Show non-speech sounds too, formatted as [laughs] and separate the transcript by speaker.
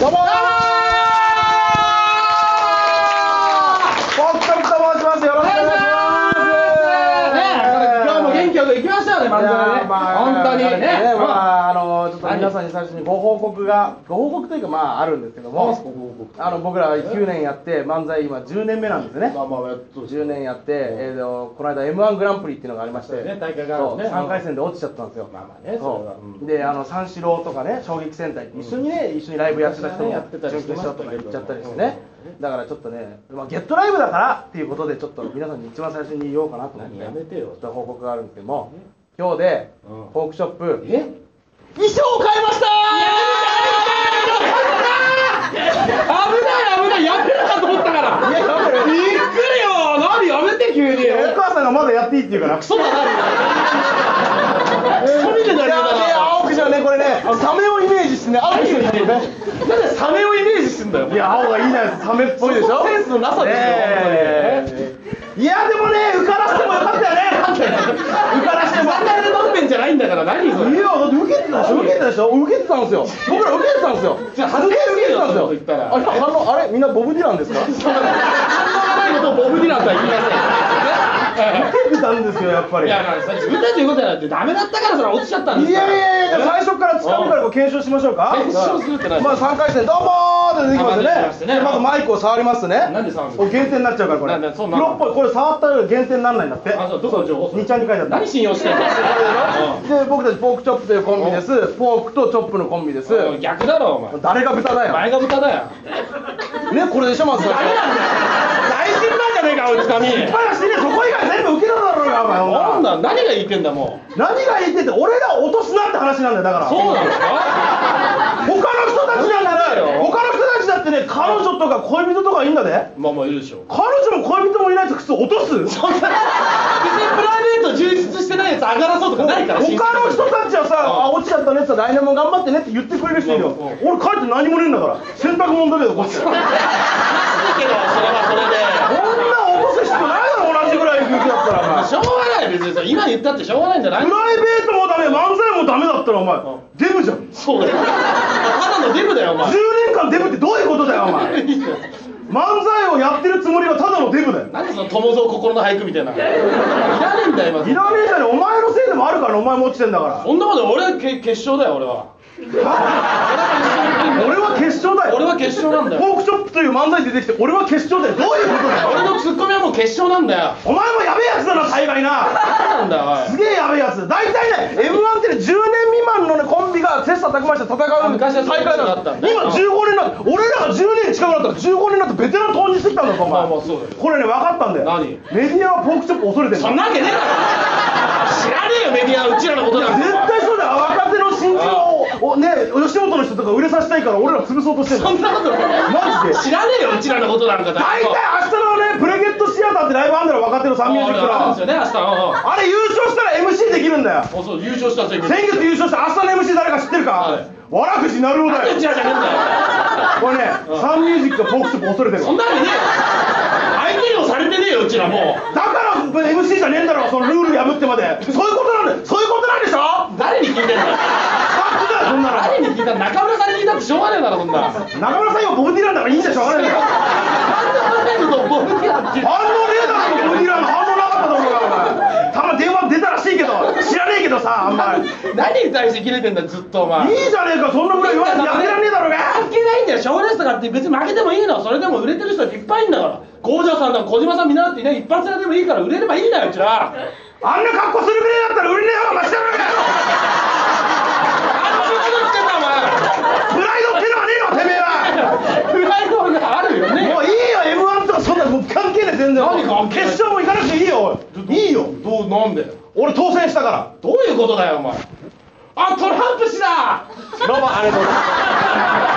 Speaker 1: どうもーポッカリと申しますよろしくお願いします
Speaker 2: 今日も元気よく行きましたよね、
Speaker 1: い
Speaker 2: 漫才
Speaker 1: や
Speaker 2: ね
Speaker 1: ー。まあ
Speaker 2: 本当にね。
Speaker 1: まああのちょっと皆さんに最初にご報告がご報告というかまああるんですけど
Speaker 2: 何ですか
Speaker 1: も
Speaker 2: ご報告
Speaker 1: あの僕ら9年やって漫才今10年目なんですね
Speaker 2: まあまあ、やっと
Speaker 1: 10年やって、えーとこの間 m 1グランプリっていうのがありまして、
Speaker 2: そうね大会があるんですね
Speaker 1: 3回戦で落ちちゃったんですよ、
Speaker 2: まあまあね、それ
Speaker 1: そ
Speaker 2: は。
Speaker 1: うであの三四郎とかね衝撃戦隊一緒にね、一緒にライブやってた人
Speaker 2: 昔
Speaker 1: も
Speaker 2: はねやってたり
Speaker 1: 準
Speaker 2: して
Speaker 1: 決
Speaker 2: ました
Speaker 1: 勝
Speaker 2: け
Speaker 1: とか行
Speaker 2: ど
Speaker 1: っちゃったりしてね、だからちょっとね、まあ、ゲットライブだからっていうことでちょっと皆さんに一番最初に言おうかなと思って
Speaker 2: 何やめてよ
Speaker 1: ちょっと報告があるんですけども今日で
Speaker 2: うん
Speaker 1: フォークショップ
Speaker 2: え
Speaker 1: 衣装を変えました
Speaker 2: 危ない、危ない、やめるかと思ったから。びっくりよ、何やめて、急に。
Speaker 1: お母さんがまだやっていいって言うからクソだな
Speaker 2: ソみたいになるよな
Speaker 1: 青くじゃねこれねサメをイメージしてね青くじゃね
Speaker 2: なんでサメをイメージすんだよ。
Speaker 1: いや青がいいじゃないですかサメっぽいでしょ
Speaker 2: そこセンスのなさですよ
Speaker 1: ねえいやでもね受からしてもよかったよね受からしても
Speaker 2: サンダルで飲んでんじゃないんだから、何そ
Speaker 1: い
Speaker 2: れ。
Speaker 1: やだって受けてたでしょ受けてたでしょ受けてたんですよ僕ら受けてたんですよ
Speaker 2: じゃあ恥ずかしいよ
Speaker 1: 受けてたんですよ
Speaker 2: そんなこと言ったら
Speaker 1: あれ反応あれみんなボブ・ディランですか [laughs] 受
Speaker 2: 何のことをボブディランとは言いません。ね
Speaker 1: けてたんですよやっぱり
Speaker 2: いや、だから自分たちのことやなんてダメだったから、それ落ちちゃったんで
Speaker 1: い
Speaker 2: すか
Speaker 1: や
Speaker 2: ら。
Speaker 1: いやいや、じゃあ最初から掴みからこう検証しましょうか。
Speaker 2: 検証するって何
Speaker 1: まあ三回戦どうもーって出てきます
Speaker 2: あまず出てきま
Speaker 1: よ
Speaker 2: す
Speaker 1: ね。で
Speaker 2: ね
Speaker 1: まずマイクを触りますね。
Speaker 2: なんで触るの
Speaker 1: これ減点になっちゃうからこれ。
Speaker 2: なんだそうなんだ
Speaker 1: 黒っぽいこれ触ったら減点にならないんだって。
Speaker 2: あそうどこの情報それ
Speaker 1: 二ちゃんに書いてあった。
Speaker 2: 何信用してんの
Speaker 1: で僕たちポークチョップというコンビです。ポークとチョップのコンビです。
Speaker 2: うん逆だろお前
Speaker 1: 誰が豚だよ。
Speaker 2: 前が豚だよ
Speaker 1: ねこれでしょまず最初。
Speaker 2: 大失敗じゃねえかおいつかみ
Speaker 1: 失敗はしてねえそこ以外全部受けただろうがお前ほ
Speaker 2: なん
Speaker 1: んなら
Speaker 2: だ何が言ってんだもう
Speaker 1: 何が言ってて俺らを落とすなって話なんだよだから
Speaker 2: そうなんですか
Speaker 1: 他の人たちなんだ
Speaker 2: そうだ
Speaker 1: ね
Speaker 2: よ
Speaker 1: 他の人たちだってね彼女とか恋人とかいいんだね
Speaker 2: まあまあいるでしょ
Speaker 1: 彼女も恋人もいないと靴落とす
Speaker 2: 別にプライベート充実してないやつ上がらそうとかないから
Speaker 1: 他の人たちはさ、あ落ちちゃったねってさ来年も頑張ってねって言ってくれる人いるよ、
Speaker 2: うんうん
Speaker 1: 俺帰って何もねえんだから洗濯物だけどこっちこんな
Speaker 2: だけどそれは
Speaker 1: 落とす必要ないだろ同じぐらい空気だったらお前
Speaker 2: それでしょうがない別にさ今言ったってしょうがないんじゃない
Speaker 1: プライベートもダメ漫才もダメだったらお前、デブじゃん10
Speaker 2: そうだよただのデブだよお前
Speaker 1: 年間デブってどういうことだよお
Speaker 2: [laughs]
Speaker 1: 前漫才をやってるつもりがただのデブだよ
Speaker 2: 何その友蔵心の俳句みたいないらねえんだよ
Speaker 1: い
Speaker 2: 今
Speaker 1: らねえじゃねえお前のせいでもあるからお前も落ちてんだから
Speaker 2: そんなこと俺はけ決勝だよ俺は
Speaker 1: 俺は決勝だよ
Speaker 2: 俺は決勝なんだよ
Speaker 1: フォークショップという漫才に出てきて俺は決勝だよどういうことだよ
Speaker 2: 俺のツッコミはもう決勝なんだよ
Speaker 1: お前もやべえやつだな大概な
Speaker 2: 何なんだよおい
Speaker 1: すげえやべえやつ大体ね m 1ってね10年未満のねコンビが切磋琢磨して戦う
Speaker 2: 昔はそう
Speaker 1: 大
Speaker 2: いうこ
Speaker 1: 会
Speaker 2: と
Speaker 1: だ
Speaker 2: だ
Speaker 1: っ
Speaker 2: ったた
Speaker 1: 今
Speaker 2: んだ
Speaker 1: 15年な俺らが10年近くなったら15年になってベテラン投入してきたんだぞお前
Speaker 2: まあまあそうだよ
Speaker 1: これね分かったんだよ
Speaker 2: 何
Speaker 1: メディアはフォークショップ恐れてんだ
Speaker 2: そんなわけねえだろ知らねえよメディアはうちらのことなんて
Speaker 1: 絶対そうだよ若手の新人をおね吉本の人とか売れさせたいから俺ら潰そうとしてんだ
Speaker 2: そ
Speaker 1: よ
Speaker 2: んなこと
Speaker 1: マジで
Speaker 2: 知らねえようちらのことなんかだ
Speaker 1: 大体明日のねプレゲットシアターってライブあんだろ若手のサンミュージック
Speaker 2: あ
Speaker 1: の
Speaker 2: るんですよね明日あ
Speaker 1: あれ優勝したら MC できるんだよ
Speaker 2: そう優勝したぜ今
Speaker 1: 先月優勝した明日の MC 誰か知ってるか、
Speaker 2: はい
Speaker 1: わらふじなるおだ
Speaker 2: う [laughs]
Speaker 1: よ
Speaker 2: ちらじゃねえんだよ
Speaker 1: これね、サンミュージックとフォークショップ恐れてる
Speaker 2: そん
Speaker 1: わ
Speaker 2: [laughs] なわけねえよ相手にもされてねえようちらも
Speaker 1: だから MC じゃねえんだろそのルール破ってまでそういうことなんだよそういうことなんでしょ [laughs]
Speaker 2: う誰に聞いてんだよ
Speaker 1: 勝手だよそんなの
Speaker 2: 誰に聞いた中村さんに聞いたってしょうがねえだろそんななんで
Speaker 1: 中村さん今ボブ・ディランだからいいんでしょあれだよ
Speaker 2: 俺のボブティアって
Speaker 1: 反応ねえだろボブ・ディランの反応なかったと思うからお前たま電話出たらしいけど知らねえけどさあんまりいい
Speaker 2: 何に対して切れてんだよずっとお前
Speaker 1: じゃねえかそんなぐらい言われてやってらんねえだろうが
Speaker 2: 関係ないんだよ賞レースとかって別に負けてもいいのそれでも売れてる人っていっぱいいるんだから郷城さんだ小島さん見習ってね一発屋でもいいから売れればいいんだようちら
Speaker 1: あんな格好するぐらいだったら売れねえ方がマシだろうが
Speaker 2: あんなことしてんだ
Speaker 1: プライドってのはねえわてめえは
Speaker 2: お前プライドがあるよね
Speaker 1: もういいよ m 1とかそんなもう関係ない全然
Speaker 2: 何関係ない
Speaker 1: 決勝も行かなくていいよおいいいよ
Speaker 2: どうなんで
Speaker 1: 俺当選したから
Speaker 2: どういうことだよお前あトランプ氏だ
Speaker 1: どうもありがとうございます